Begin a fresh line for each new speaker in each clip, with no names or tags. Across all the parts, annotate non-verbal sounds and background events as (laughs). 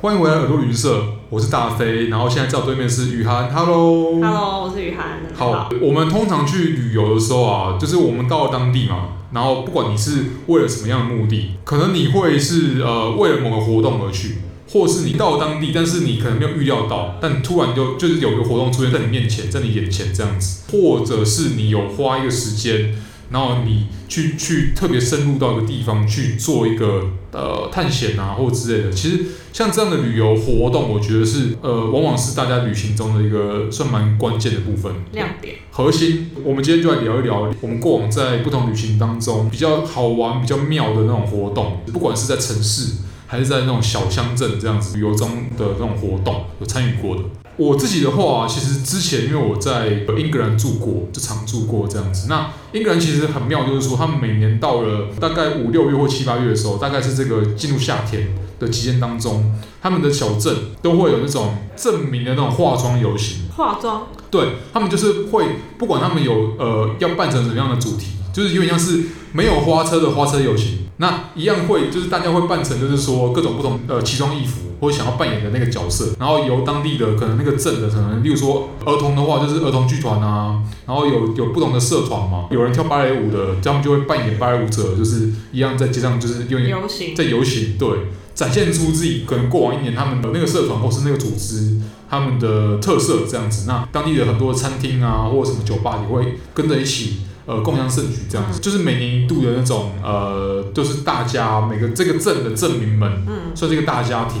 欢迎回来耳朵旅行社，我是大飞，然后现在在我对面是雨涵，Hello。
Hello，我是雨涵。
好，我们通常去旅游的时候啊，就是我们到了当地嘛，然后不管你是为了什么样的目的，可能你会是呃为了某个活动而去，或是你到了当地，但是你可能没有预料到，但突然就就是有一个活动出现在你面前，在你眼前这样子，或者是你有花一个时间，然后你去去特别深入到一个地方去做一个呃探险啊或之类的，其实。像这样的旅游活动，我觉得是呃，往往是大家旅行中的一个算蛮关键的部分。
亮点。
核心，我们今天就来聊一聊我们过往在不同旅行当中比较好玩、比较妙的那种活动，不管是在城市还是在那种小乡镇这样子旅游中的那种活动，有参与过的。我自己的话，其实之前因为我在英格兰住过，就常住过这样子。那英格兰其实很妙，就是说他们每年到了大概五六月或七八月的时候，大概是这个进入夏天的期间当中，他们的小镇都会有那种证明的那种化妆游行。
化妆
对他们就是会，不管他们有呃要办成什么样的主题，就是有点像是没有花车的花车游行，那一样会就是大家会扮成就是说各种不同呃奇装异服或者想要扮演的那个角色，然后由当地的可能那个镇的可能，例如说儿童的话就是儿童剧团啊，然后有有不同的社团嘛，有人跳芭蕾舞的，他们就会扮演芭蕾舞者，就是一样在街上就是用
流行。
在游行，对，展现出自己可能过往一年他们的那个社团或是那个组织他们的特色这样子。那当地的很多餐厅啊，或者什么酒吧也会跟着一起。呃，共襄盛举这样子，就是每年一度的那种，呃，就是大家每个这个镇的镇民们，
嗯，
算是一个大家庭，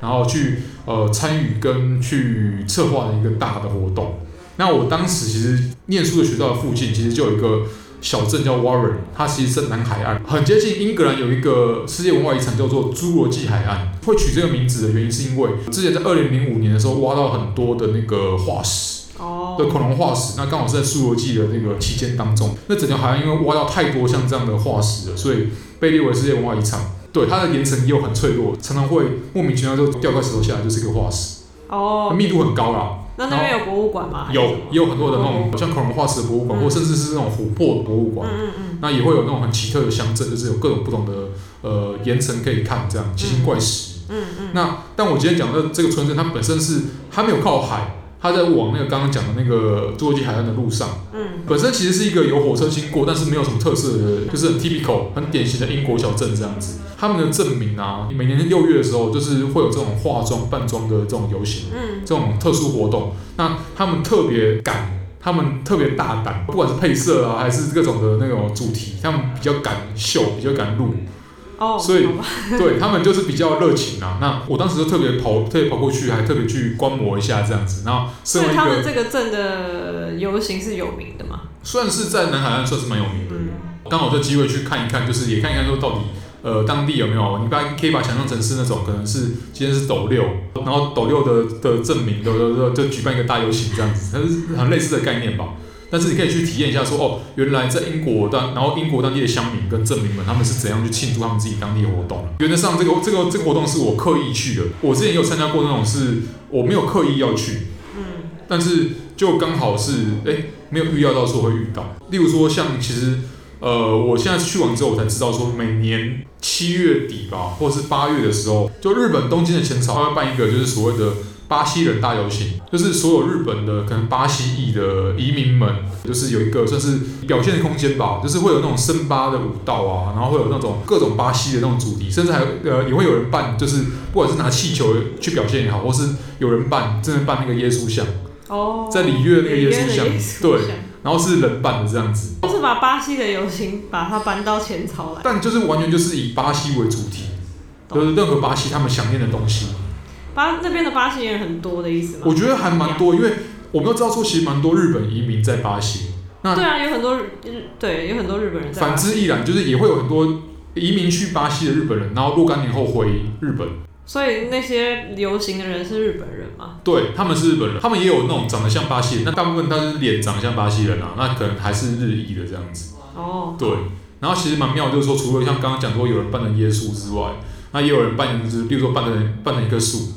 然后去呃参与跟去策划的一个大的活动。那我当时其实念书的学校的附近，其实就有一个小镇叫 Warren，它其实在南海岸，很接近英格兰有一个世界文化遗产叫做侏罗纪海岸。会取这个名字的原因是因为之前在二零零五年的时候挖到很多的那个化石，的
哦，
恐龙化石，那刚好是在侏罗纪的那个期间当中，那整条海岸因为挖到太多像这样的化石了，所以被列为世界文化遗产。对，它的岩层又很脆弱，常常会莫名其妙就掉块石头下来，就是一个化石，
哦，
密度很高啦。
那那边有博物馆吗？还是
有
什么
也有很多的那种像恐龙化石博物馆，
嗯
或甚至是那种琥珀博物馆，
嗯嗯
那也会有那种很奇特的乡镇，就是有各种不同的呃岩层可以看，这样奇形怪石。
嗯嗯嗯，
那但我今天讲的这个村镇，它本身是它没有靠海，它在往那个刚刚讲的那个侏罗纪海岸的路上。
嗯
本身其实是一个有火车经过，但是没有什么特色的，就是很 typical、很典型的英国小镇这样子。他们的证明啊，每年六月的时候，就是会有这种化妆、扮装的这种游行，
嗯
这种特殊活动。那他们特别敢，他们特别大胆，不管是配色啊，还是各种的那种主题，他们比较敢秀，比较敢露。
哦，
所以
好吧
(laughs) 对他们就是比较热情啊。那我当时就特别跑，特别跑过去，还特别去观摩一下这样子。然后身
所
为
以
一
他们
个
这个镇的游行是有名的嘛？
算是在南海岸算是蛮有名的。
嗯，
刚好这机会去看一看，就是也看一看说到底，呃，当地有没有，你把可以把想象成是那种可能是今天是斗六，然后斗六的的证明，斗六就就举办一个大游行这样子，它是很类似的概念吧。但是你可以去体验一下说哦，原来在英国当，然后英国当地的乡民跟镇民们，他们是怎样去庆祝他们自己当地的活动。原则上，这个这个这个活动是我刻意去的，我之前也有参加过那种是我没有刻意要去，
嗯，
但是就刚好是哎、诶没有预料到说会遇到。例如说像其实呃，我现在去完之后我才知道说，每年七月底吧，或是八月的时候，就日本东京的浅草，他会办一个就是所谓的巴西人大游行，就是所有日本的可能巴西裔的移民们，就是有一个算是表现的空间吧，就是会有那种森巴的舞蹈啊，然后会有那种各种巴西的那种主题，甚至还有呃也会有人办，就是不管是拿气球去表现也好，或是有人办真的办那个耶稣像。
哦，
在里约那个耶稣像
里约的耶稣
对，然后是人版的这样子，
就是把巴西的游行把它搬到前朝来。
但就是完全就是以巴西为主题，
懂
就是任何巴西他们想念的东西，
巴那边的巴西人很多的意思吗？
我觉得还蛮多，因为我们都知道说其实蛮多日本移民在巴西，那
对啊，有很多日日对，有啊很多日本人在巴
反
西。
之亦然，就是也会有很多移民去巴西的日本人，然后若干年后回日本，
所以那些游行的人是日本人吗？
对，他们是日本人，他们也有那种长得像巴西人，那大部分他是脸长得像巴西人啊，那可能还是日裔的这样子。
哦，
对，然后其实蛮妙，就是说，除了像刚刚讲说有人扮成耶稣之外，那也有人扮成，就是比如说扮成扮成一棵树，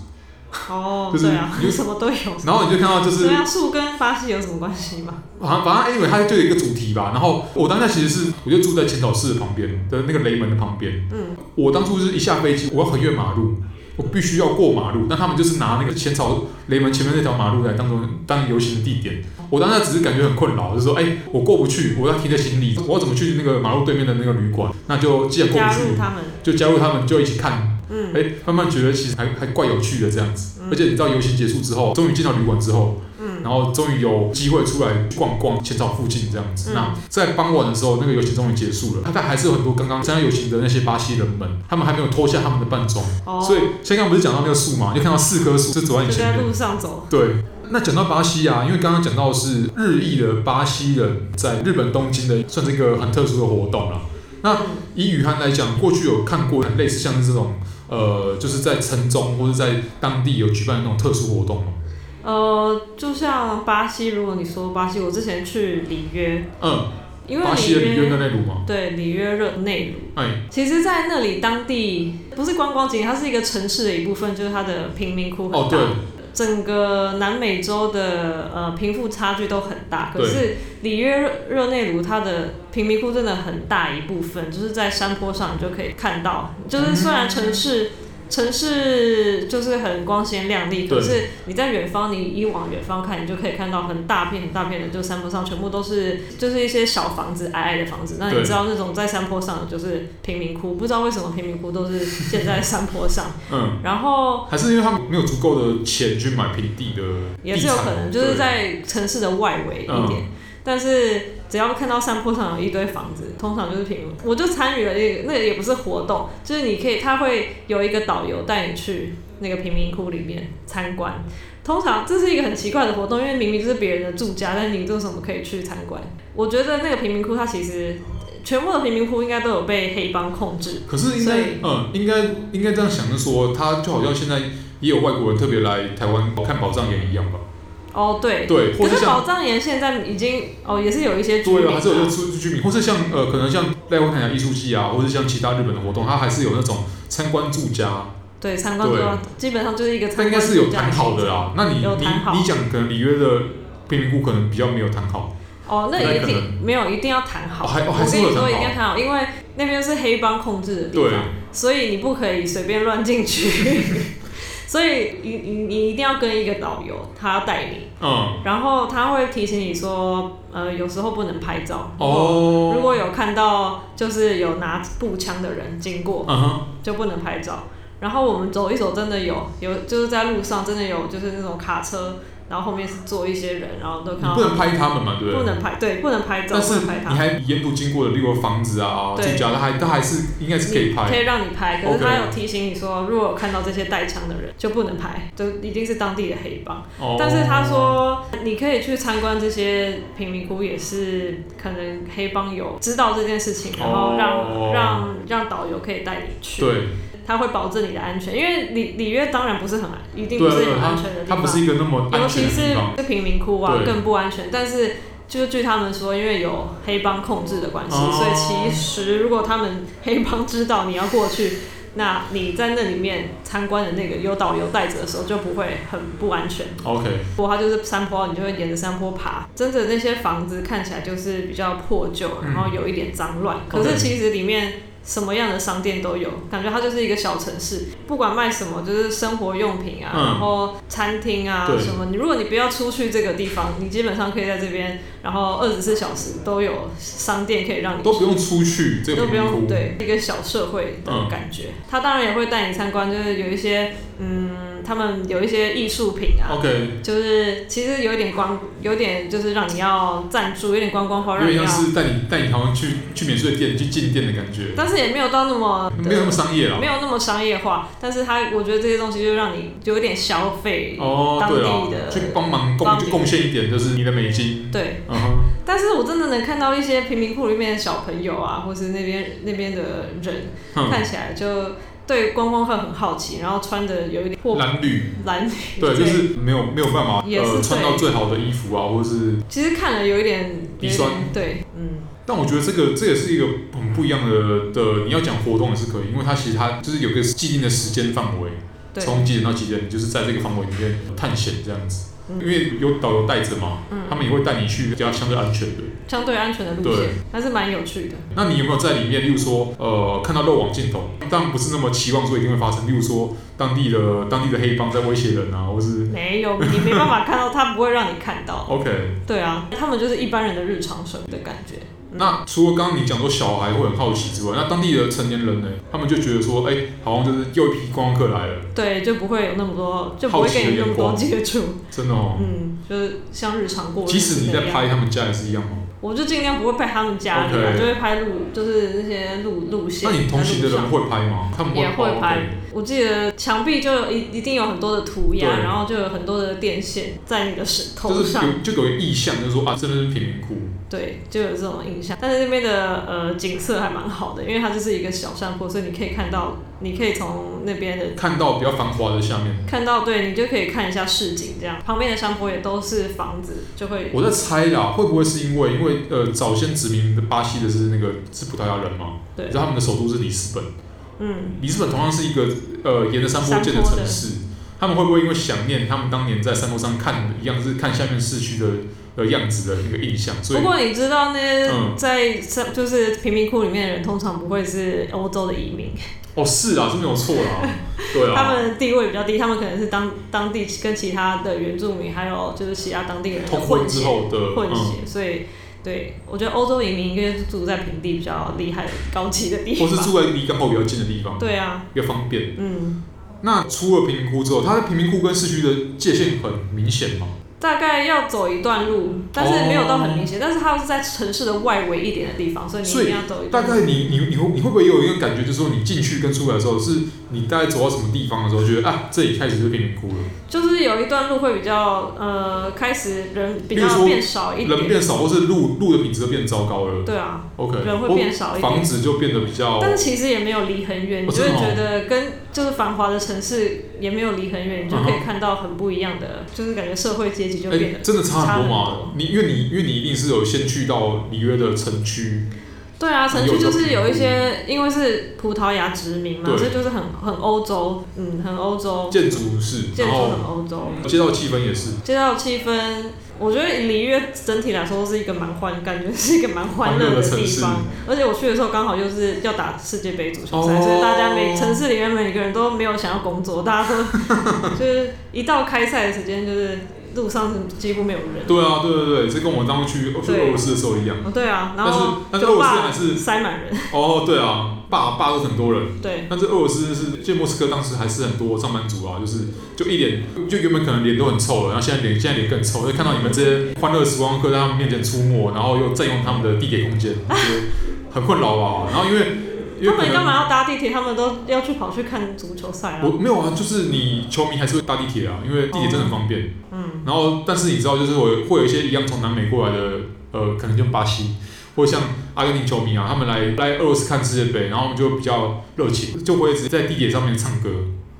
哦，
就是
对啊
你就，
什么都有。
然后你就看到就是
对啊，树跟巴西有什么关系吗？
好像反正 anyway 它就有一个主题吧。然后我当下其实是我就住在浅草寺的旁边的那个雷门的旁边，
嗯，
我当初是一下飞机，我要横越马路，我必须要过马路，但他们就是拿那个浅草雷门前面那条马路来当做当游行的地点。我当时只是感觉很困扰，就是说，哎、我过不去，我要提着行李，我要怎么去那个马路对面的那个旅馆？那就既然过不
加
去，
入他们，
就加入他们，就一起看。
嗯
哎、慢慢觉得其实还还怪有趣的这样子。而且你知道游行结束之后，终于进到旅馆之后，
嗯，
然后终于有机会出来逛逛浅草附近这样子。
嗯
那在傍晚的时候，那个游行终于结束了，但还是有很多刚刚参加游行的那些巴西人们，他们还没有脱下他们的扮装。
哦，啊
所以像刚刚不是讲到那个树嘛，你就看到四棵树是走在你
就
前
在
面。
路上走，
对，那讲到巴西啊，因为刚刚讲到是日裔的巴西人在日本东京的，算是一个很特殊的活动啦。那
嗯
以雨涵来讲，过去有看过类似像是这种呃，就是在城中或者在当地有举办那种特殊活动吗？
呃，就像巴西，如果你说巴西，我之前去里约，
嗯，
因为
巴西的里约热
约
内卢吗？
对里约热内卢，
哎，
其实，在那里当地不是观光景点，它是一个城市的一部分，就是它的贫民窟很大。
哦对，
整个南美洲的呃贫富差距都很大，
对
可是里约热内卢它的贫民窟真的很大一部分，就是在山坡上你就可以看到，就是虽然城
嗯
市、城市就是很光鲜亮丽，
对
可是你在远方，你一往远方看，你就可以看到很大片很大片的，就山坡上全部都是就是一些小房子，矮矮的房子。那
对
你知道那种在山坡上的就是贫民窟，不知道为什么贫民窟都是建在山坡上， (laughs)
嗯，
然后。
还是因为他们没有足够的钱去买平地的
也
地
是有
产
可
哦，
能，就是
对
在城市的外围一
嗯
点。但是只要看到山坡上有一堆房子，通常就是贫民窟。我就参与了那个，那个也不是活动，就是你可以，他会有一个导游带你去那个贫民窟里面参观。通常这是一个很奇怪的活动，因为明明就是别人的住家，但你为什么可以去参观？我觉得那个贫民窟它其实全部的贫民窟应该都有被黑帮控制。
可是应
所
该
以，
嗯，应该应该这样想着说，他就好像现在也有外国人特别来台湾看宝藏岩一样吧？
哦，对。
对，或
可
者
是
像
宝藏岩现在已经哦，也是有一些居民
对啊，还是有些
啊
出居民，或是像呃，可能像赖光台艺术季啊，或是像其他日本的活动，它还是有那种参观住家，
对，参观
对
对基本上就是一个参
它
观
应该是有
度假
谈好
行
的
程。
啦。那你
有
你
谈好
你讲可能里约的贫民窟可能比较没有谈好，
哦，那
不太
一
可
定没有，一定要谈好。
哦还哦还
我
是
跟
会
你
谈
说，
好
一定要谈好，因为那边是黑帮控制的地
对
方，所以你不可以随便乱进
(laughs)
去。所以你你你一定要跟一个导游，他要带你，
嗯，
然后他会提醒你说，呃，有时候不能拍照。如
哦，
果有看到就是有拿步枪的人经过，
嗯哼，
就不能拍照。然后我们走一走，真的有有就是在路上真的有就是那种卡车，然后后面是坐一些人，然后都
你
看到
不能拍他们嘛，对不
不
对？
能拍，对，不能拍照，
但
不
是
能拍
你
他，
还沿途经过的，例如房子啊、住
对
家，它还它还是应该是可以拍
可以让你拍，可是
OK
他有提醒你说，如果有看到这些带枪的人就不能拍，就一定是当地的黑帮。
哦。
但是他说你可以去参观这些贫民窟，也是可能黑帮有知道这件事情，然后让、
哦
让让导游可以带你去。
对。
他会保证你的安全，因为里里约当然不是很安，一
对
定不
啊
是
对
很
啊
安全的，地
它
方，
它不是一个那么
尤
安全
其
的地
是
方。
这贫民窟啊
对
更不安全。但是就是据他们说，因为有黑帮控制的关系，
哦
所以其实如果他们黑帮知道你要过去，那你在那里面参观的那个有导游带着的时候，就不会很不安全。
OK，
不过它就是山坡，你就会沿着山坡爬。真的那些房子看起来就是比较破旧，
嗯
然后有一点脏乱，可
OK
是其实里面什么样的商店都有，感觉它就是一个小城市，不管卖什么，就是生活用品啊，
嗯
然后餐厅啊
对
什么。你如果你不要出去这个地方，你基本上可以在这边，然后二十四小时都有商店可以让你
都不用出去这个
都不
贫嗯民
用
窟，
对一个小社会的感觉。他当然也会带你参观，就是有一些嗯，他们有一些艺术品啊，
，OK，
就是其实有点光，有点就是让你要赞助，有点观光化，
有
让你
点像
要，
是带你带你好像去去免税店去进店的感觉，
但是也没有到那么
没有那么商业
对
啦。
没有那么商业化，但是它我觉得这些东西就让你有点消费，
哦，对
当地
啦，
的
去帮忙贡
帮
就
你
贡献一点，就是你的美金，
对。
嗯哼，
但是我真的能看到一些贫民窟里面的小朋友啊，或是那边那边的人，
哼
看起来就对观光客很好奇，然后穿的有一点破
蓝绿，
蓝领，
对，就是没有没有办法
也是
呃
对
穿到最好的衣服啊，或是，
其实看了有一点
鼻酸，
有一点对，嗯，
但我觉得这个这也是一个很不一样的的，你要讲活动也是可以，因为它其实它就是有个既定的时间范围，
对，
从几点到几点，你就是在这个范围里面探险这样子。因为有导游带着嘛，
嗯
他们也会带你去比较相对安全的。
相对安全的路
对
线，还是蛮有趣的。
那你有没有在里面，例如说，呃，看到漏网镜头？当然不是那么期望说一定会发生，例如说当地的当地的黑帮在威胁人啊，或是
没有，你没办法看到，他不会让你看到。 (laughs)
OK。
对啊，他们就是一般人的日常生活的感觉。
那除了刚刚你讲说小孩会很好奇之外，那当地的成年人呢，他们就觉得说，哎、好像就是又一批观光客来了，
对，就不会有那么多，就不
好
会
奇的
跟你那么多
眼光
接触。
真的哦。
嗯，就是像日常过日
即使
子
你
那
在
样。
拍他们家也是一样吗？
我就尽量不会拍他们家里啊
OK
就会拍路，就是那些路路线。
那你同行的
在路
人
上
会拍吗？他们
也
会
会
哦
拍
OK
我记得墙壁就有一一定有很多的涂鸦，
对
然后就有很多的电线在你的手头
就是
上，
有就有一个意向，就是说啊，真的是贫民窟。
对，就有这种印象。但是那边的呃景色还蛮好的，因为它就是一个小山坡，所以你可以看到，你可以从那边的
看到比较繁华的下面，
看到，对你就可以看一下市景，这样旁边的山坡也都是房子，就会
我在猜啦，会不会是因为因为呃早先殖民的巴西的是那个是葡萄牙人嘛，
对
然后他们的首都是里斯本，
嗯，
里斯本同样是一个呃沿着山坡建的城市，他们会不会因为想念他们当年在山坡上看的一样是看下面市区的的样子的那个印象，所以
不过你知道那些
嗯
在山就是贫民窟里面的人，通常不会是欧洲的移民，
哦是啊是没有错
(laughs)
啦，对
他
啊，
们的地位比较低，他们可能是当当地跟其他的原住民还有就是其他当地人的
通婚
混
之
血
后的
混
嗯，
血，所以对我觉得欧洲移民应该是住在平地比较厉害的高级的地
或是
方。
住在离港口比较近的地方，
对啊，
比较方便。
嗯，
那出了贫民窟之后，它的贫民窟跟市区的界限很明显嘛，
大概要走一段路，但是没有到很明显，但是它是在城市的外围一点的地方，所以你一
所以
定要走一
大
段。
概你你你会你会不会有一个感觉，就是说你进去跟出来的时候，是你大概走到什么地方的时候，觉得啊，这里开始是贫民窟了，
就是有一段路会比较呃，开始人
比
比
如
较
说
变少一
人
点，
变少，或是路路的品质都变糟糕了。
对啊，
OK，
人会变少一点
房子就变得比较
但是其实也没有离很远，你
哦
就会
真的哦
觉得跟就是繁华的城市也没有离很远，你就可以看到很不一样的，就是感觉社会阶级就
嗯哎、
变得
真的差很多
差很
嘛
多？
你因为你因为你一定是有先去到里约的城区，
对啊，城区
有
就是
有
有一些，因为是葡萄牙殖民嘛，
对
所以就是很很欧洲，嗯，很欧洲，
建筑是，
建
然
筑
后
很欧洲，
街道气氛也是
街道气氛，我觉得里约整体来说是一个蛮欢，感觉是一个蛮欢乐
的
的
城
地
市。
方。而且我去的时候刚好又是要打世界杯足球赛，
哦
所以大家每城市里面每个人都没有想要工作，大家都
(laughs)
就是一到开赛的时间，就是路上是几乎没有人。
对啊，对对对，这跟我们当初去去
对
俄罗斯的时候一样。
哦，对啊，然
但是
后
但是俄
酒
罗斯
吧
还是
塞满人，
哦，对啊，爸爸都很多人。
对
但是俄罗斯是，见莫斯科当时还是很多上班族啊，就是就一脸，就原本可能脸都很臭了，然后现在脸现在脸更臭，就看到你们这些欢乐时光客在他们面前出没，然后又占用他们的地铁空间，我觉得很困扰吧。然后因为因为
他
可
们干
能
嘛要搭地铁？他们都要去跑去看足球赛啊
我。没有啊，就是你球迷还是会搭地铁啊，因为地铁真的很方便。
嗯，
然后但是你知道，就是会会有一些一样从南美过来的，呃，可能就巴西。或者像阿根廷球迷啊，他们来来俄罗斯看世界杯，然后他们就比较热情，就会直接在地铁上面唱歌。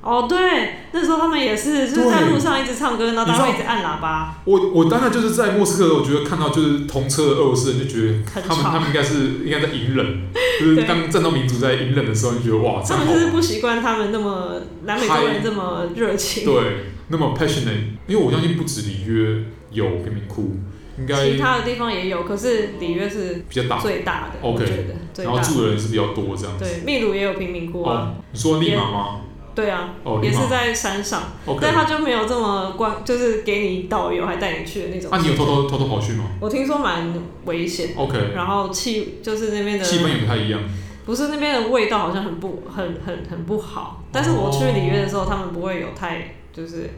哦，对，那时候他们也是，就是在路上一直唱歌，然后大家会一直按喇叭。
我我当然就是在莫斯科的时候，我觉得看到就是同车的俄罗斯人，就觉得
很
他们
吵
他们应该是应该在隐忍，就是
对
当战斗民族在隐忍的时候，就觉得哇，这
他
样
们
好
就是不习惯他们那么南美洲人这么热情，
对那么 passionate，因为我相信不止里约有贫民窟，应该
其他的地方也有，可是里约是
比较大，
最大的
OK，
我觉得最
然
大
后
的。
住的人是比较多这样子。
对，秘鲁也有贫民窟
哦，
啊，
你说利马吗？
对啊，
哦，利
也
马
是在山上，
OK
但。他就没有这么光，就是给你导游还带你去的那种。
啊，你有偷偷偷偷跑去吗
我听说蛮危险，
？OK，
然后气就是那边的
气氛也不太一样。
不是那边的味道好像很不很很很不好，但是我去里约的时候，他们不会有太就是，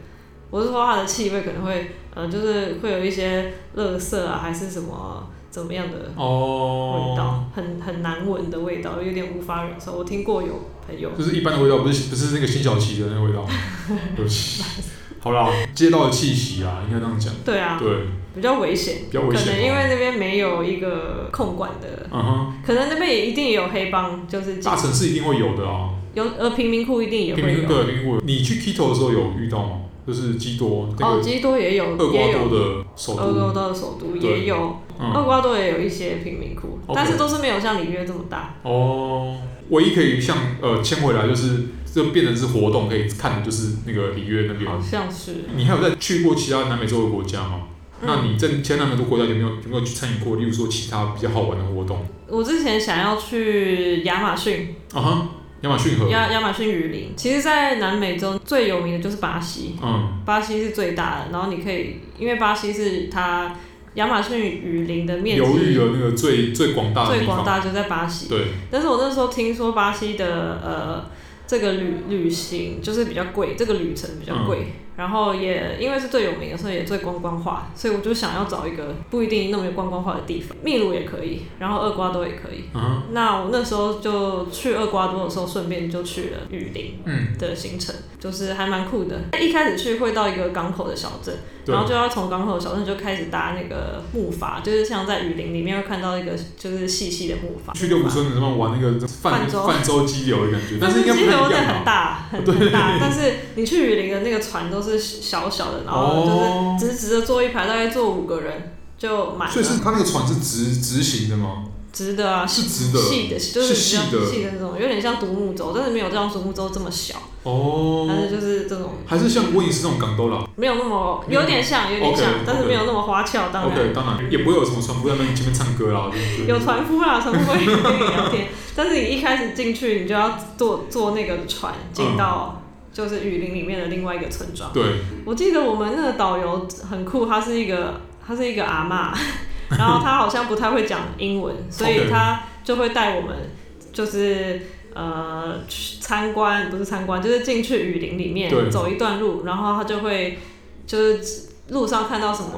我是说它的气味可能会呃，就是会有一些垃圾啊，还是什么怎么样的味
哦，
道，很很难闻的味道，有点无法忍受。我听过有朋友
就是一般的味道，不是不是那个辛晓琪的那个味
(laughs)
道。对不起，好啦，街道的气息啊，应该这样讲。
对啊，
对，
比较危险，
比较危险
可
哦
能因为那边没有一个控管的，
嗯哼，
可能那边也一定有黑帮，就是
大城市一定会有的啊。
有呃贫民窟一定也
贫
会
民
有，
窟对贫民窟，你去 Quito 的时候有遇到吗？就是基多那
哦，
个
基多也有，
厄
也有
瓜多的首
厄瓜
都，
多的首都
对
也有，厄
嗯，
瓜多也有一些贫民窟
OK
但是都是没有像里约这么大。
哦，唯一可以像呃迁回来就是就变成是活动可以看的就是那个里约那边。
好像是。
你还有在去过其他南美洲的国家吗？
嗯
那你在其他南美洲国家有没有有没有去参与过？例如说其他比较好玩的活动？
我之前想要去亚马逊，
啊哈，亚马逊河，
嗯亚亚马逊雨林。其实，在南美洲最有名的就是巴西，
嗯
巴西是最大的。然后你可以，因为巴西是它亚马逊雨林的面
流域
积
的那个最最广大的
最
地
广
方，
大，就在巴西。
对，
但是我那时候听说巴西的呃这个旅旅行就是比较贵，这个旅程比较贵，
嗯
然后也因为是最有名的，所以也最观光化，所以我就想要找一个不一定那么有观光化的地方，秘鲁也可以，然后厄瓜多也可以。
嗯
那我那时候就去厄瓜多的时候，顺便就去了雨林
嗯，
的行程，就是还蛮酷的。一开始去会到一个港口的小镇，
对
然，后就要从港口的小镇就开始搭那个木筏，就是像在雨林里面会看到一个就是细细的木筏。
去六福村的地方玩那个泛
泛舟
泛舟激流的感觉，但是
是
应该不
激流
太一
真的
样啊吧？ (laughs)
很大很
对
很大，但是你去雨林的那个船都是小小的，然后
哦，
就是直直的坐一排，大概坐五个人就满
所以是
了，
它那个船是直直行的吗？
直的啊，
是
细
直的
细的，就是是
细
比
的
较细的那种，有点像独木舟，但是没有像独木舟这么小，但
哦，
是就是这种
还是像威尼斯那种港兜啦
没有那么
嗯
有点像，有点像
OK，OK，
但是没有那么花俏，当然。
？OK，当哦然也不会有什么船夫在那边前面唱歌啦，对不对？
有船夫啊啦，船夫会跟你聊天， (laughs) 但是你一开始进去，你就要坐坐那个船进
嗯
到就是雨林里面的另外一个村庄。
对，
我记得我们那个导游很酷，他是一个他是一个阿妈， (laughs) 然后他好像不太会讲英文，所以他就会带我们就是呃去参观，不是参观，就是进去雨林里
对
面走一段路，然后他就会就是路上看到什么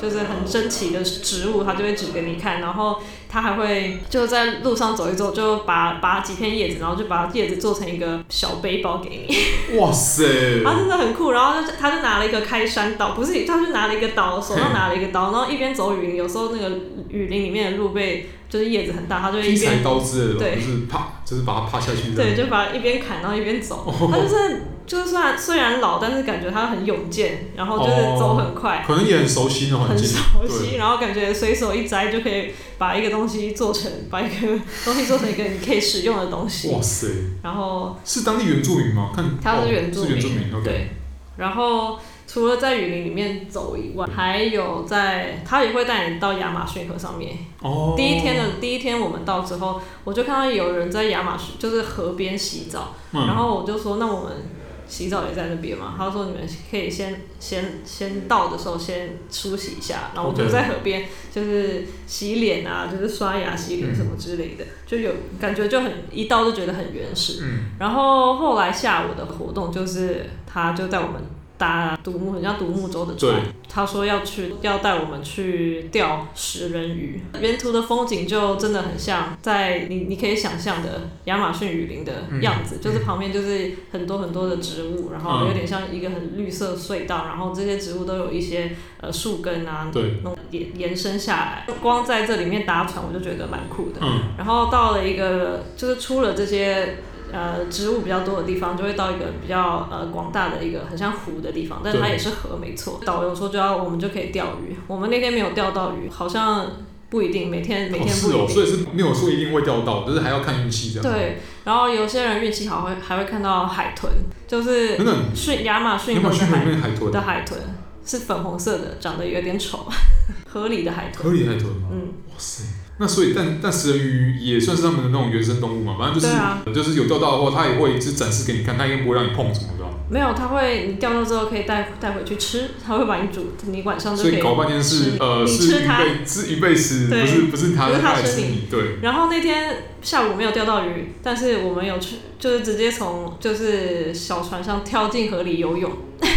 就是很珍奇的植物，他就会指给你看，然后他还会就在路上走一走，就把把几片叶子，然后就把叶子做成一个小背包给你。
哇塞，
他真的很酷，然后他就他就拿了一个开山刀，不是，他就拿了一个刀，手上拿了一个刀，然后一边走雨林，有时候那个雨林里面的路被就是叶子很大，他就
劈
一
柴
边
刀之类的，
对
就是啪，就是把它啪下去这
对，
样。
就把它一边砍然后一
(laughs)
边走，他就是就是虽然虽然老，但是感觉他很勇健，然后就是走很快，
可能哦也很熟悉的环
很
境，
熟
对
悉，然后感觉随手一摘就可以把一个东西做成，把一个 (laughs) 东西做成一个你可以使用的东西，
哇塞，
然后
是当地原住民吗？看，
他
哦
是原住民，
是原住民，OK，
对，然后除了在雨林里面走以外，还有在他也会带你到亚马逊河上面。
哦，
第一天的第一天我们到之后，我就看到有人在亚马逊就是河边洗澡，
嗯，
然后我就说那我们。洗澡也在那边嘛，他说你们可以先先先到的时候先梳洗一下，然后我
OK
就在河边就是洗脸啊，就是刷牙、洗脸什么之类的，就有感觉就很一到就觉得很原始。
嗯，
然后后来下午的活动就是，他就带我们搭独木，很像独木舟的船
对。
他说要去，要带我们去钓食人鱼。沿途的风景就真的很像在你你可以想象的亚马逊雨林的样子，
嗯
就是旁边就是很多很多的植物，然后有点像一个很绿色隧道，然后这些植物都有一些呃树根啊，
对，
弄延延伸下来。光在这里面搭船，我就觉得蛮酷的。
嗯，
然后到了一个就是出了这些呃植物比较多的地方，就会到一个比较呃广大的一个很像湖的地方，但是它
对
也是河没
哦
错。导游说就要我们就可以钓鱼，我们那天没有钓到鱼，好像不一定每天每
哦
天
是
不一
哦，
定。
所以是没有说一定会钓到，就是还要看运气这样。
对，然后有些人运气好会还会看到海豚，就是
等等，
驯亚马逊
亚马
河的
逊河里
海
面海豚，
的海豚是粉红色的，长得有点丑， (laughs) 河里的海豚。
河里海豚吗？
嗯，
哇塞，那所以但但食人鱼也算是他们的那种原生动物嘛，反正就是、
对啊
就是有钓到的话，它也会只展示给你看，它应该不会让你碰什么的啊、
没有，它会你钓到之后可以带带回去吃，它会把你煮，你晚上就
所
可以
以搞半天是
吃
呃
哦你
是
吃
鱼
它
被是鱼被吃，不
对
是不是它
不是它
来
吃
吃
你
你，对，
然后那天下午没有钓到鱼，但是我们有去，就是直接从就是小船上跳进河里游泳。 (laughs)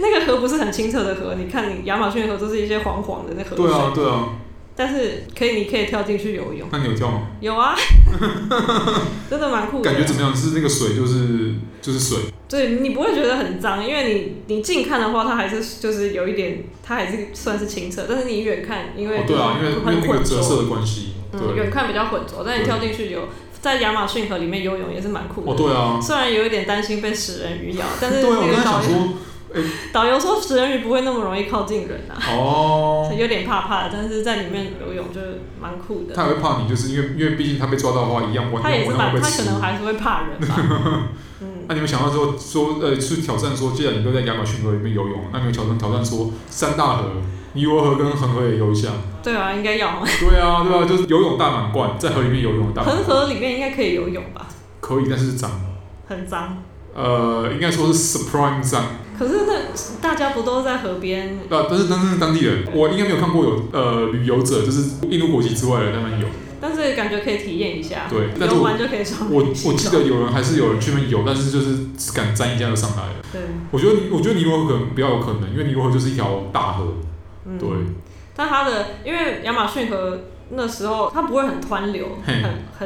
那个河不是很清澈的河，你看你亚马逊河都是一些黄黄的那河水，
对啊对啊，
但是可以，你可以跳进去游泳，
那你有钓吗？
有啊， (laughs) 真的蛮酷的。
感觉怎么样？是那个水就是就是水，
对你不会觉得很脏，因为你你近看的话，它还是就是有一点，它还是算是清澈，但是你远看，因为
哦对啊，因为因为
很
那个
浑
折
浊，
射的关系，
嗯，
对，
远看比较浑浊，但
对
你跳进去游，在亚马逊河里面游泳也是蛮酷的
哦。对啊，
虽然有一点担心被食人鱼咬，但是
对啊，
那
我刚
个
才
导
想
游
说，
(laughs) 导游说食人鱼不会那么容易靠近人啊，
哦
(laughs) 所以，有点怕怕的，但是在里面游泳就是蛮酷的。
他也会怕你，就是因为因为毕竟他被抓到的话，一样完
他也
全
是
完全
蛮，
会被
他
吃
可。能还是会怕
(laughs)
人吧。嗯，
那你们想到说说呃去挑战说，既然你都在亚马逊河里面游泳，那你们挑战挑战说三大河，尼罗河跟恒河也游一下。 (laughs)
对啊，应该要。
对啊，对啊，就是游泳大满贯，在河里面游泳大满
恒
贯
河里面应该可以游泳吧？
可以，但是脏，
很脏，
呃，应该说是 surprise 脏。
可是那大家不都在河边？
呃，但是但是当地人，我应该没有看过有呃旅游者，就是印度国籍之外的他们有。
但是感觉可以体验一下，
对但是
游
我
完就可以上
我
来洗
我记
澡
得有人还是有人去那边游，但是就是只敢沾一下就上来了。
对，
我觉得尼我觉得尼罗河可能比较有可能，因为尼罗河就是一条大河。
嗯，
对，
但它的因为亚马逊河那时候它不会很湍流，
嘿
很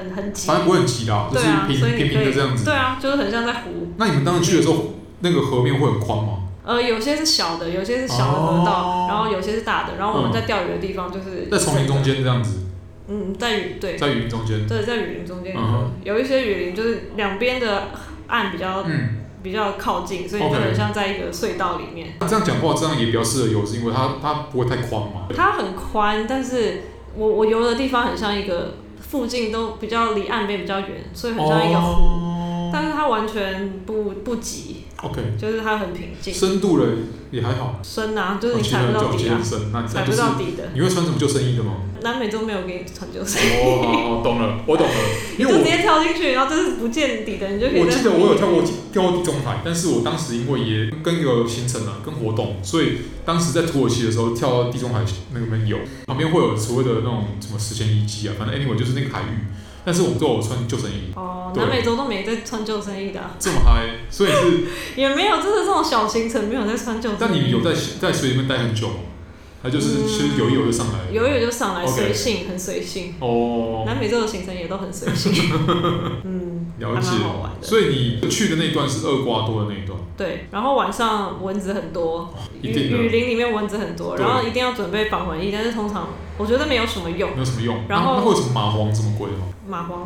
很很急
反，正不会很急啦，就
对
是
啊，
平
所以
平
你可
平的
以
这样子
对。啊，就是很像在湖。
那你们当时去的时候，那个河面会很宽吗？
呃，有些是小的，有些是小的河道，
哦
然后有些是大的，然后我
嗯
们在钓鱼的地方就是
在丛林中，间这样子，
嗯，在雨对
在雨林中间。
对，在雨林中间
嗯哼
有一些雨林就是两边的岸比较
嗯，
比较靠近，所以你就
OK
很像在一个隧道里面。
这样讲话这样也比较适合游，是因为它它不会太宽嘛。
它很宽，但是我我游的地方很像一个附近都比较离岸边比较远，所以很像一个湖，
哦。
但是它完全不不急，
OK，
就是它很平静，
深度了也还好。
深啊，就是
哦
你
其实
踩不到
就
底
其实
啊
很，深，那
踩
那就
不
是
到底的。
你会穿什么救生衣的吗？
南美洲没有给你穿救生衣，
哦，好好懂了，我懂了，
(laughs) 你
因
就
为我
直接跳进去，然后就是不见底的，你就可以在。
我记得我有跳过跳过地中海，但是我当时因为也跟有行程啊，跟活动，所以当时在土耳其的时候跳到地中海那个边游，旁边会有所谓的那种什么十前遗迹啊，反正 anyway 就是那个海域，但是我们都有穿救生衣，
哦，
对
南美洲都没在穿救生衣的啊、
这么嗨，所以是，
也没有，真的这种小行程没有在穿救生衣。
但你们有在在水里面待很久吗？还就是其实游一游就上来了，
嗯游泳就上来，
OK
随性，很随性。
哦，
南美洲的行程也都很随
(laughs)
性，嗯，还
了
蛮
解
好玩，的。
所以你去的那一段是厄瓜多的那一段，
对，然后晚上蚊子很多，
一
雨
定的
雨林里面蚊子很多，
对
然后一定要准备防蚊液，但是通常我觉得没有什么用。
没有什么用，
然后
那那会有什么蚂蟥什么鬼的吗？
蚂蟥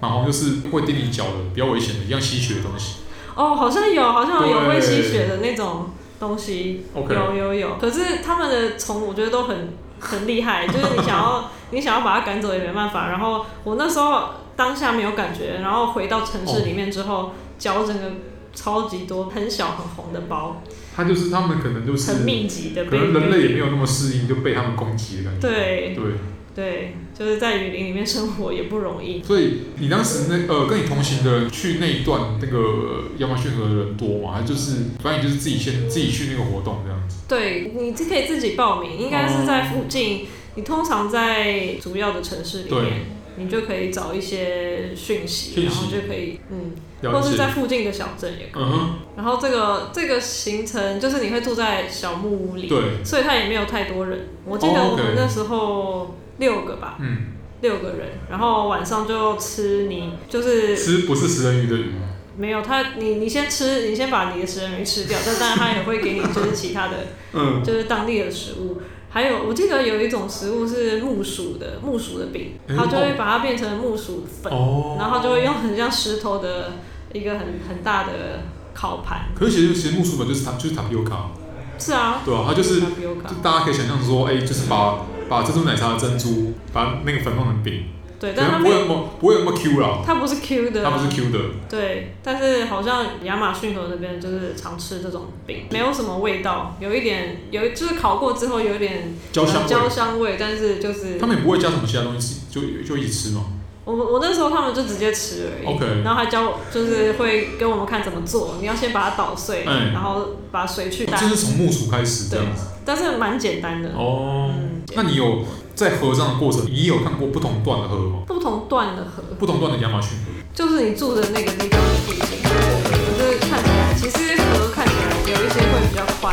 蚂蟥就是会叮你脚的，比较危险的，一样吸血的东西。
哦，好像有，好像有
对
会吸血的那种东西，
OK，
有有有。可是他们的虫，我觉得都很很
(laughs)
厉害，就是你想要你想要把它赶走也没办法。然后我那时候当下没有感觉，然后回到城市里面之
哦
后，脚整个超级多很小很红的包。
它就是他们可能就是
很密集的
可
被
能人类也没有那么适应，就被他们攻击的感觉。
对
对，
对，就是在雨林里面生活也不容易。
所以你当时那呃跟你同行的人去那一段那个亚马逊河的人多嘛？还就是反正你就是自己先自己去那个活动这样子。
对，你可以自己报名，应该是在附近。你通常在主要的城市里面
对，
你就可以找一些讯息，
讯息
然后就可以嗯，或
了
是在
解。
附近的小镇也可以。
嗯哼，
然后这个这个行程就是你会住在小木屋里，
对，
所以它也没有太多人。我记得
哦
我
，OK
们那时候六个吧，
嗯，
六个人，然后晚上就吃泥，就是
吃不是食人鱼的鱼，
没有，他你你先吃，你先把你的食人鱼吃掉，但当然他也会给你就是其他的，
嗯，
就是当地的食物。还有，我记得有一种食物是木薯的，木薯的饼，
诶
它就会把它变成木薯粉，
哦，
然后它就会用很像石头的一个很很大的烤盘。
可是其实其实木薯粉就是塔就是塔皮欧卡，
是啊，
对啊，它就是
塔皮欧卡
就大家可以想象说，哎、就是把把珍珠奶茶的珍珠，把那个粉弄成饼，
对，
可
但它
能不
没
会
有，
那么不会那么 Q 啦，
它不是 Q 的、
它
啊，
不是 Q 的，
对，但是好像亚马逊河那边就是常吃这种饼，没有什么味道，有一点有一就是烤过之后有一点
焦香
呃
味。
焦香味，但是就是
他们也不会加什么其他东西，就就一起吃嘛。
我们我那时候他们就直接吃而已
OK，
然后还教我就是会给我们看怎么做，你要先把它捣碎，
嗯
然后把水去
就
淡，
是从木薯开始这样子。
但是蛮简单的。
哦，
嗯，
那你有在合葬的过程，你有看过不同段的河吗？
不同段的河，
不同段的亚马逊河。
就是你住的那个地方的地形，就是看起来其实河看起来有一些会比较宽，